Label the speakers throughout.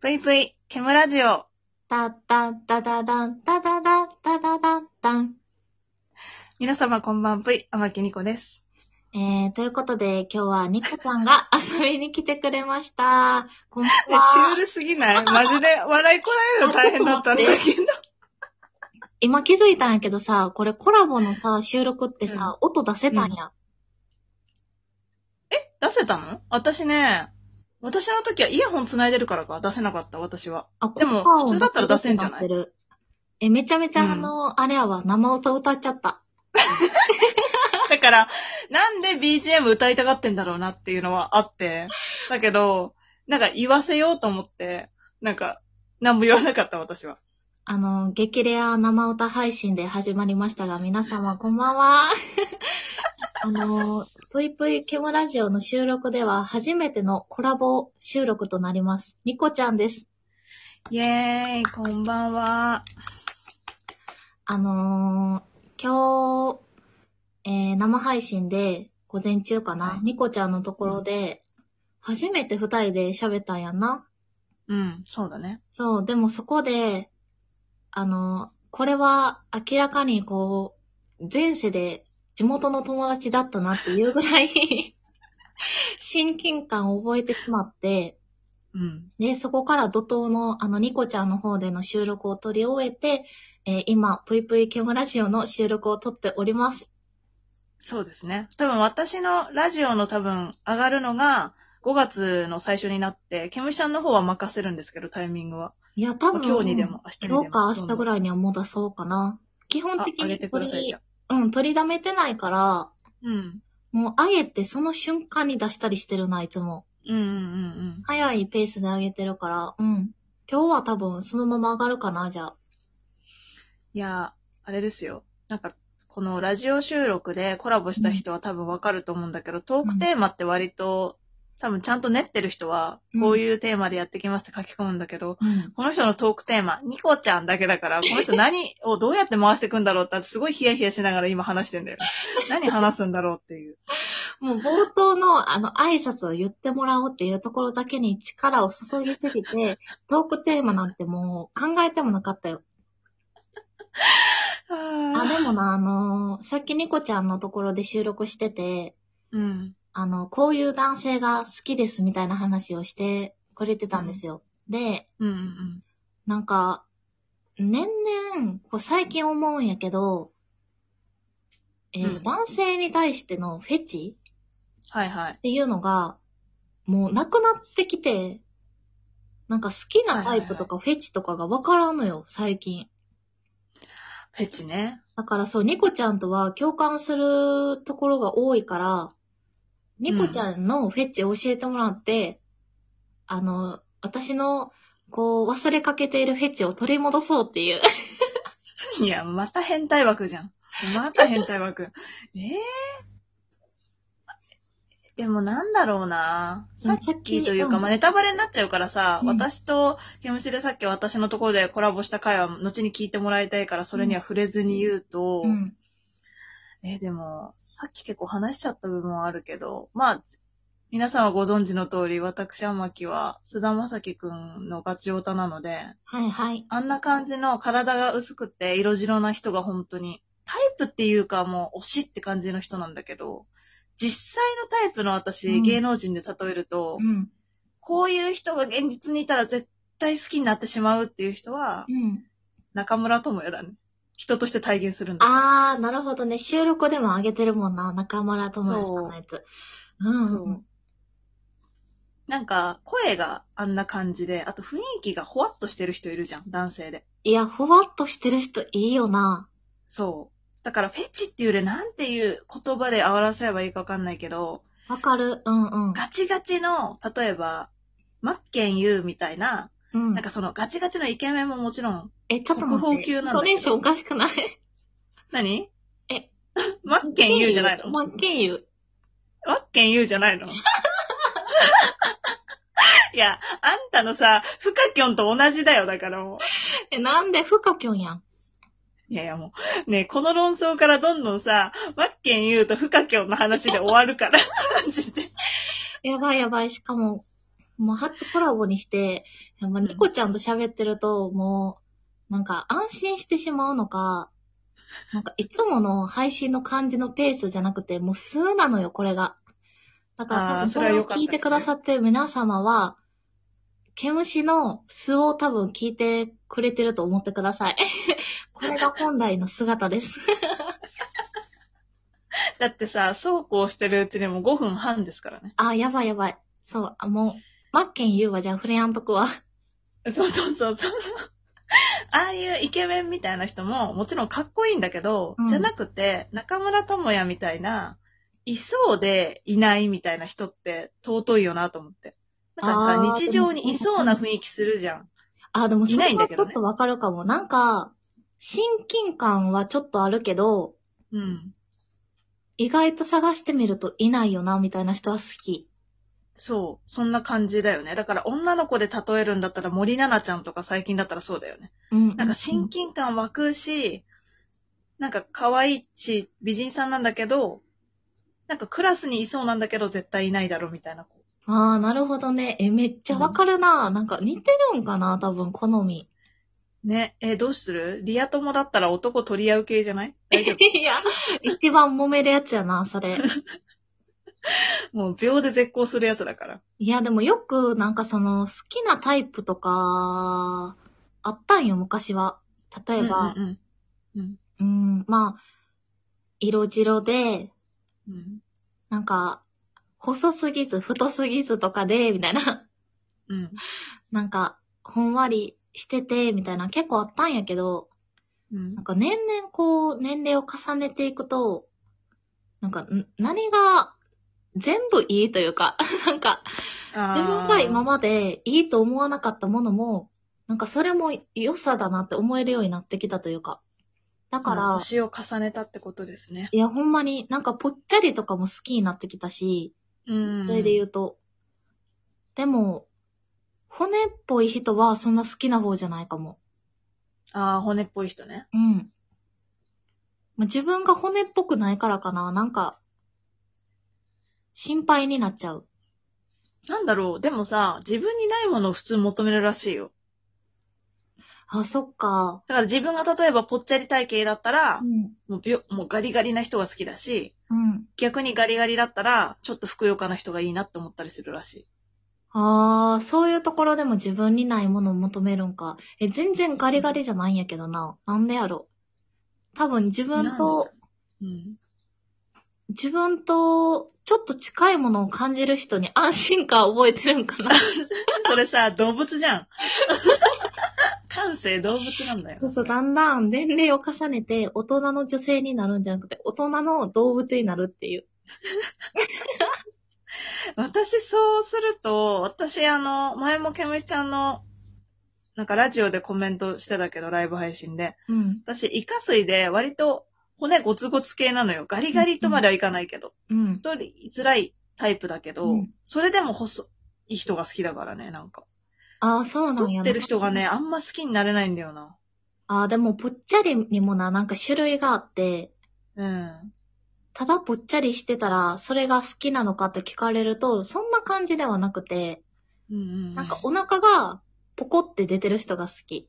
Speaker 1: ぷいぷい、ケムラジオ。
Speaker 2: たったっただだん、ただだっただだんだん。
Speaker 1: 皆様こんばんぷい、天木ニコです。
Speaker 2: えー、ということで、今日はニコちゃ んが遊びに来てくれました。こんば
Speaker 1: ね
Speaker 2: ん
Speaker 1: シュー
Speaker 2: は。
Speaker 1: ルすぎないマジで、笑いこらえるの大変だったんだけど。
Speaker 2: 今気づいたんやけどさ、これコラボのさ、収録ってさ、音出せたんや。
Speaker 1: 出せたの私ね、私の時はイヤホン繋いでるからか、出せなかった、私は。
Speaker 2: あ、
Speaker 1: でも
Speaker 2: 効果音
Speaker 1: 普通だったら出せんじゃない
Speaker 2: 出てるえ、めちゃめちゃ、
Speaker 1: うん
Speaker 2: あの、あれやわ、生歌歌っちゃった。
Speaker 1: だから、なんで BGM 歌いたがってんだろうなっていうのはあって、だけど、なんか言わせようと思って、なんか、何も言わなかった、私は。
Speaker 2: あの、激レア生歌配信で始まりましたが、皆様こんばんは。 あの、ぷいぷいケムラジオの収録では初めてのコラボ収録となります。ニコちゃんです。
Speaker 1: イェーイ、こんばんは。
Speaker 2: あのー今日、えー生配信で午前中かな、
Speaker 1: はい
Speaker 2: ニコちゃんのところで、初めて二人で喋ったんやんな。
Speaker 1: うん、そうだね。
Speaker 2: そう、でもそこで、あの、これは明らかにこう、前世で地元の友達だったなっていうぐ らい、親近感を覚えてしまって、
Speaker 1: うん。
Speaker 2: で、そこから怒涛のあの、ニコちゃんの方での収録を取り終えて、えー今、ぷいぷいケムラジオの収録を取っております。
Speaker 1: そうですね。多分私のラジオの多分上がるのが5月の最初になって、ケムシャンの方は任せるんですけど、タイミングは。
Speaker 2: いや、多分、
Speaker 1: 今日にでも明日にでも。
Speaker 2: 今日か明日ぐ
Speaker 1: い。
Speaker 2: らいにはもう出そうかな。基本
Speaker 1: あ、
Speaker 2: 的
Speaker 1: 上げ
Speaker 2: に
Speaker 1: てください、じ
Speaker 2: 取
Speaker 1: ゃ
Speaker 2: り、うん、取りだめてないから、
Speaker 1: うん。
Speaker 2: もう上げてその瞬間に出したりしてるな、いつも。
Speaker 1: うんうんうんうん。
Speaker 2: 早いペースで上げてるから、うん。今日は多分そのまま上がるかな、じゃあ。
Speaker 1: いやー、あれですよ。なんか、このラジオ収録でコラボした人は多分わかると思うんだけど、トークテーマって割と、多分ちゃんと練ってる人は、こういうテーマでやってきますって書き込むんだけど、
Speaker 2: うん。
Speaker 1: この人のトークテーマ、ニコちゃんだけだから、この人何をどうやって回していくんだろうって、すごいヒヤヒヤしながら今話してんだよ。 何話すんだろうっていう。
Speaker 2: もう冒頭のあの挨拶を言ってもらおうっていうところだけに力を注ぎすぎ て、トークテーマなんてもう考えてもなかったよ。あ、で
Speaker 1: あ
Speaker 2: もな、あのーさっきニコちゃんのところで収録してて、
Speaker 1: ーうん。
Speaker 2: あの、こういう男性が好きですみたいな話をしてくれてたんですよ。で、
Speaker 1: うんうん
Speaker 2: なんか、年々、こう最近思うんやけど、えー
Speaker 1: うん
Speaker 2: 男性に対してのフェチ
Speaker 1: はいはい
Speaker 2: っ。ていうのが、もうなくなってきて、なんか好きなタイプとかフェチとかがわからんのよ、最近。
Speaker 1: フェチね。
Speaker 2: だからそう、ニコちゃんとは共感するところが多いから、ニコちゃんのフェチを教えてもらって、あの、私の、こう、忘れかけているフェチを取り戻そうっていう。
Speaker 1: いや、また変態枠じゃん。また変態枠。ええ でもなんだろうなさっきというか、まあ、ネタバレになっちゃうからさ、
Speaker 2: うん
Speaker 1: 私と、ケムシでさっき私のところでコラボした回は、後に聞いてもらいたいから、それには触れずに言うと、
Speaker 2: うん。
Speaker 1: えーでも、さっき結構話しちゃった部分はあるけど、まあ、皆さんはご存知の通り、私、天木は、菅田正樹くんのガチオタなので、
Speaker 2: はいはい。
Speaker 1: あんな感じの体が薄くて色白な人が本当に、タイプっていうかもう推しって感じの人なんだけど、実際のタイプの私、
Speaker 2: うん
Speaker 1: 芸能人で例えると、
Speaker 2: うん。
Speaker 1: こういう人が現実にいたら絶対好きになってしまうっていう人は、
Speaker 2: うん。
Speaker 1: 中村智也だね。人として体現するんだ。
Speaker 2: あー、なるほどね。収録でも上げてるもんな。中村智也さんのやつ。うん。
Speaker 1: そう。なんか、声があんな感じで、あと雰囲気がほわっとしてる人いるじゃん、男性で。
Speaker 2: いや、ほわっとしてる人いいよな。
Speaker 1: そう。だから、フェチっていうより、なんていう言葉で表せばいいかわかんないけど、
Speaker 2: わかる。うんうん。
Speaker 1: ガチガチの、例えば、マッケンユーみたいな、
Speaker 2: うん
Speaker 1: なん、かそのガチガチのイケメンももちろん、
Speaker 2: え、ちょっと待って。
Speaker 1: 国宝級なんだけど
Speaker 2: イントネーションおかしくない
Speaker 1: 何
Speaker 2: え
Speaker 1: マッケンユーじゃないの
Speaker 2: 真剣佑。
Speaker 1: マッケンユーじゃないの いや、あんたのさ、フカキョンと同じだよ、だからもう。
Speaker 2: え、なんで、ふかきょんやん。
Speaker 1: いやいやもう、ねえこの論争からどんどんさ、マッケンユーとフカキョンの話で終わるから、マジで。
Speaker 2: やばいやばい。しかも、もう初コラボにして、やっぱニコちゃんと喋ってると、もう、なんか安心してしまうのか、なんかいつもの配信の感じのペースじゃなくて、もう数なのよ、これが。だから多
Speaker 1: あー
Speaker 2: 分
Speaker 1: そ
Speaker 2: そ
Speaker 1: れは
Speaker 2: れ
Speaker 1: 良
Speaker 2: を
Speaker 1: かった
Speaker 2: 聞いてくださってる皆様は、毛虫の素を多分聞いてくれてると思ってく ださい。これが本来の姿です。
Speaker 1: だってさ、そうこうしてるうちにもう5分半ですからね。
Speaker 2: あー、やばいやばい。そう、あ、もう、マッケン言うわ、じゃあ触れやんとくわ。
Speaker 1: そうそうそうそう。ああいうイケメンみたいな人も、もちろんかっこいいんだけど、
Speaker 2: うん
Speaker 1: じゃなくて、中村智也みたいな、いそうでいないみたいな人って尊いよなと思って。なんか
Speaker 2: あ
Speaker 1: さ、
Speaker 2: ー
Speaker 1: 日常にいそうな雰囲気するじゃん。
Speaker 2: あ、でもそ
Speaker 1: いない
Speaker 2: れ
Speaker 1: んだ
Speaker 2: は
Speaker 1: け
Speaker 2: ち
Speaker 1: ど
Speaker 2: ょ
Speaker 1: ね
Speaker 2: っとわかるかも。なんか、親近感はちょっとあるけど、
Speaker 1: うん。
Speaker 2: 意外と探してみるといないよな、みたいな人は好き。
Speaker 1: そう。そんな感じだよね。だから女の子で例えるんだったら森七菜ちゃんとか最近だったらそうだよね。
Speaker 2: うん。
Speaker 1: なんか親近感湧くし、なんか可愛いし、美人さんなんだけど、なんかクラスにいそうなんだけど絶対いないだろうみたいな子。
Speaker 2: ああ、なるほどね。え、めっちゃわかるな。なんか似てるんかな、多分、好み。
Speaker 1: ね、え、どうするリア友だったら男取り合う系じゃ ない大丈夫
Speaker 2: いや、一番揉めるやつやな、それ。
Speaker 1: もう秒で絶交するやつだから。
Speaker 2: いや、でもよく、なんかその、好きなタイプとか、あったんよ、昔は。例えば、
Speaker 1: うんうんうん。
Speaker 2: うん、まあ、色白で、
Speaker 1: うんうん
Speaker 2: なんか、細すぎず、太すぎずとかで、みたいな、
Speaker 1: うん。
Speaker 2: なんか、ほんわりしてて、みたいな、結構あったんやけど、
Speaker 1: うん
Speaker 2: なんか年々こう、年齢を重ねていくと、なんか、ん何が、全部いいというか、 なんか、自分が今までいいと思わなかったものも、なんかそれも良さだなって思えるようになってきたというか。だ
Speaker 1: だ
Speaker 2: から、
Speaker 1: 年を重ねたってことですね。
Speaker 2: いや、ほんまになんかぽっちゃりとかも好きになってきたし、
Speaker 1: うん。
Speaker 2: それで言うと。でも、骨っぽい人はそんな好きな方じゃないかも。
Speaker 1: ああ、骨っぽい人ね。
Speaker 2: うん。まあ、自分が骨っぽくないからかな、なんか、心配になっちゃう。
Speaker 1: なんだろう。でもさ、自分にないものを普通求めるらしいよ。
Speaker 2: あ、そっか。
Speaker 1: だから自分が例えばぽっちゃり体型だったら
Speaker 2: う、ん。
Speaker 1: もうびょもうガリガリな人が好きだし、
Speaker 2: うん。
Speaker 1: 逆にガリガリだったら、ちょっとふくよかな人がいいなって思ったりするらしい。
Speaker 2: ああ、そういうところでも自分にないものを求めるんか。え、全然ガリガリじゃないんやけどな。なんでやろ。多分自分と
Speaker 1: うん。
Speaker 2: 自分とちょっと近いものを感じる人に安心感を覚えてるんかな。
Speaker 1: それさ、動物じゃん。感性動物なんだよ。
Speaker 2: そうそう、だんだん年齢を重ねて大人の女性になるんじゃなくて大人の動物になるっていう。
Speaker 1: 私そうすると、私あの、前もケムシちゃんの、なんかラジオでコメントしてたけど、ライブ配信で。
Speaker 2: うん。
Speaker 1: 私、イカ水で割と骨ゴツゴツ系なのよ。ガリガリとまではいかないけど。
Speaker 2: うん。
Speaker 1: 太りづらいタイプだけど、
Speaker 2: うん
Speaker 1: それでも細い人が好きだからね、なんか。
Speaker 2: ああ、そうなん
Speaker 1: 太
Speaker 2: や
Speaker 1: っ
Speaker 2: な。
Speaker 1: てる人がね、あんま好きになれないんだよな。
Speaker 2: ああ、でもぽっちゃりにもな、なんか種類があって、
Speaker 1: うん。
Speaker 2: ただぽっちゃりしてたら、それが好きなのかって聞かれると、そんな感じではなくて、
Speaker 1: うんうん、
Speaker 2: なんかお腹がポコって出てる人が好き。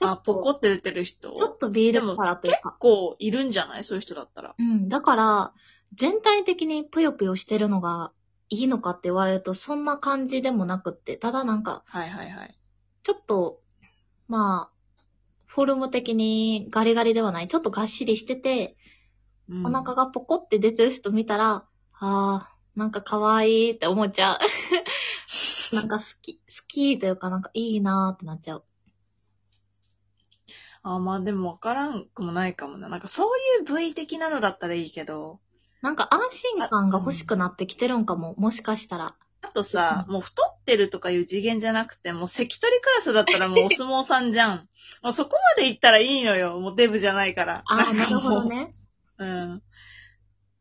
Speaker 1: あ、ポコって出てる人。
Speaker 2: ちょっとビールからというか。
Speaker 1: こう、いるんじゃないそういう人だったら。
Speaker 2: うん、だから、全体的にぷよぷよしてるのがいいのかって言われると、そんな感じでもなくって、ただなんか、
Speaker 1: はいはいはい。
Speaker 2: ちょっと、まあ、フォルム的にガリガリではない、ちょっとがっしりしてて、
Speaker 1: うん、
Speaker 2: お腹がポコって出てる人見たら、あー、なんか可愛いって思っちゃう。 なんか好き、好きというかなんかいいなーってなっちゃう。
Speaker 1: あ、まあでもわからんくもないかもな。なんかそういう部位的なのだったらいいけど、
Speaker 2: なんか安心感が欲しくなってきてるんかも、もしかしたら。
Speaker 1: あとさ、もう太ってるとかいう次元じゃなくて、もう関取クラスだったら もうお相撲さんじゃん。もうそこまで行ったらいいのよ。もうデブじゃないから。
Speaker 2: あー、なるほどね。
Speaker 1: うん。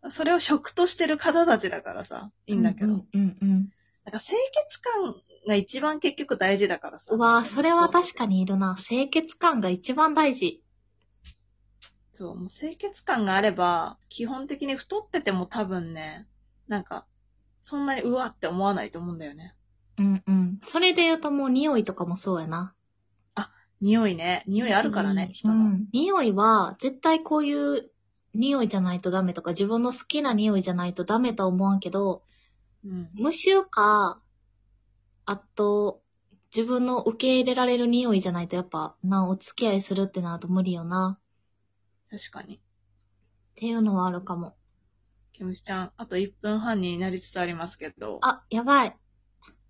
Speaker 1: それを食としてる方たちだからさ、いいんだけど。
Speaker 2: うんうんうんうん。
Speaker 1: なんか清潔感が一番結局大事だからさ。
Speaker 2: うわぁ、それは確
Speaker 1: に。
Speaker 2: かにいるな。清潔感が一番大事。
Speaker 1: そう、もう清潔感があれば、基本的に太ってても多分ね、なんか、そんなにうわって思わないと思うんだよね。
Speaker 2: うんうん。それで言うともう匂いとかもそうやな。
Speaker 1: 匂いね。匂いあるからね、
Speaker 2: うん
Speaker 1: 人の。
Speaker 2: うん。匂いは、絶対こういう匂いじゃないとダメとか、自分の好きな匂いじゃないとダメとは思わんけど、
Speaker 1: うん。
Speaker 2: 無臭か、あと、自分の受け入れられる匂いじゃないとやっぱ、な、お付き合いするってなると無理よな。
Speaker 1: 確かに。
Speaker 2: っていうのはあるかも。
Speaker 1: ケムシちゃん、あと1分半になりつつありますけど、
Speaker 2: あ、やばい。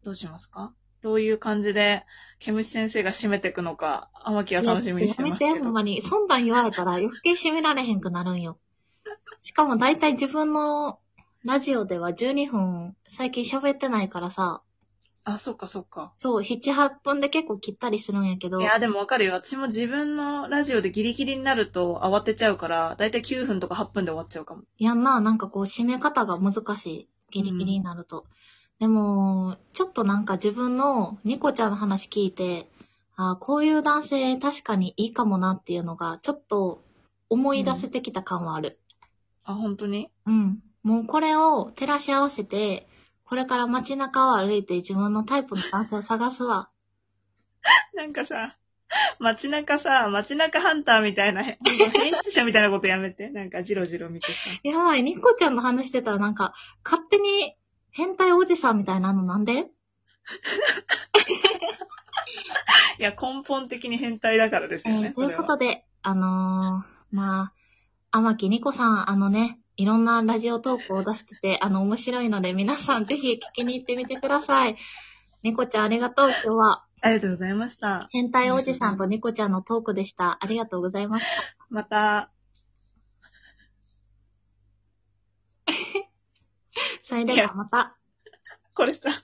Speaker 1: どうしますかどういう感じで、ケムシ先生が締めていくのか、天木は楽しみにしてます
Speaker 2: や
Speaker 1: け
Speaker 2: めて、ほ
Speaker 1: ど。
Speaker 2: んまに。そんなん言われたら余計締められへんくなるんよ。しかも大体自分のラジオでは12分最近喋ってないからさ、
Speaker 1: あ、そっかそっか。
Speaker 2: そう、7、8分で結構切ったりするんやけど
Speaker 1: い、や、でもわかるよ。私も自分のラジオでギリギリになると慌てちゃうから、だいたい9分とか8分で終わっちゃうかも。
Speaker 2: やんな、なんかこう締め方が難しい。ギリギリになると。でも、ちょっとなんか自分のニコちゃんの話聞いて、あーこういう男性確かにいいかもなっていうのが、ちょっと思い出せてきた感はある。
Speaker 1: あ、本当に
Speaker 2: うん。もうこれを照らし合わせて、これから街中を歩いて自分のタイプの男性を探すわ。
Speaker 1: なんかさ、街中さ、街中ハンターみたいな、へなんか変質者みたいなことやめて。なんかジロジロ見てさ。
Speaker 2: やばい、ニコちゃんの話してたらなんか、勝手に変態おじさんみたいなのなんで
Speaker 1: いや、根本的に変態だからですよ
Speaker 2: え
Speaker 1: ね
Speaker 2: ー、と
Speaker 1: そ
Speaker 2: いう
Speaker 1: れ
Speaker 2: こ
Speaker 1: は。
Speaker 2: とで、あのー、まあ、天木ニコさん、あのね、いろんなラジオトークを出してて、あの、面白いので、皆さんぜひ聞きに行ってみてください。ニコちゃんありがとう。今日は、
Speaker 1: ありがとうございました。
Speaker 2: 変態おじさんとニコちゃんのトークでした。ありがとうございます。
Speaker 1: また、
Speaker 2: それではまた。
Speaker 1: これさ、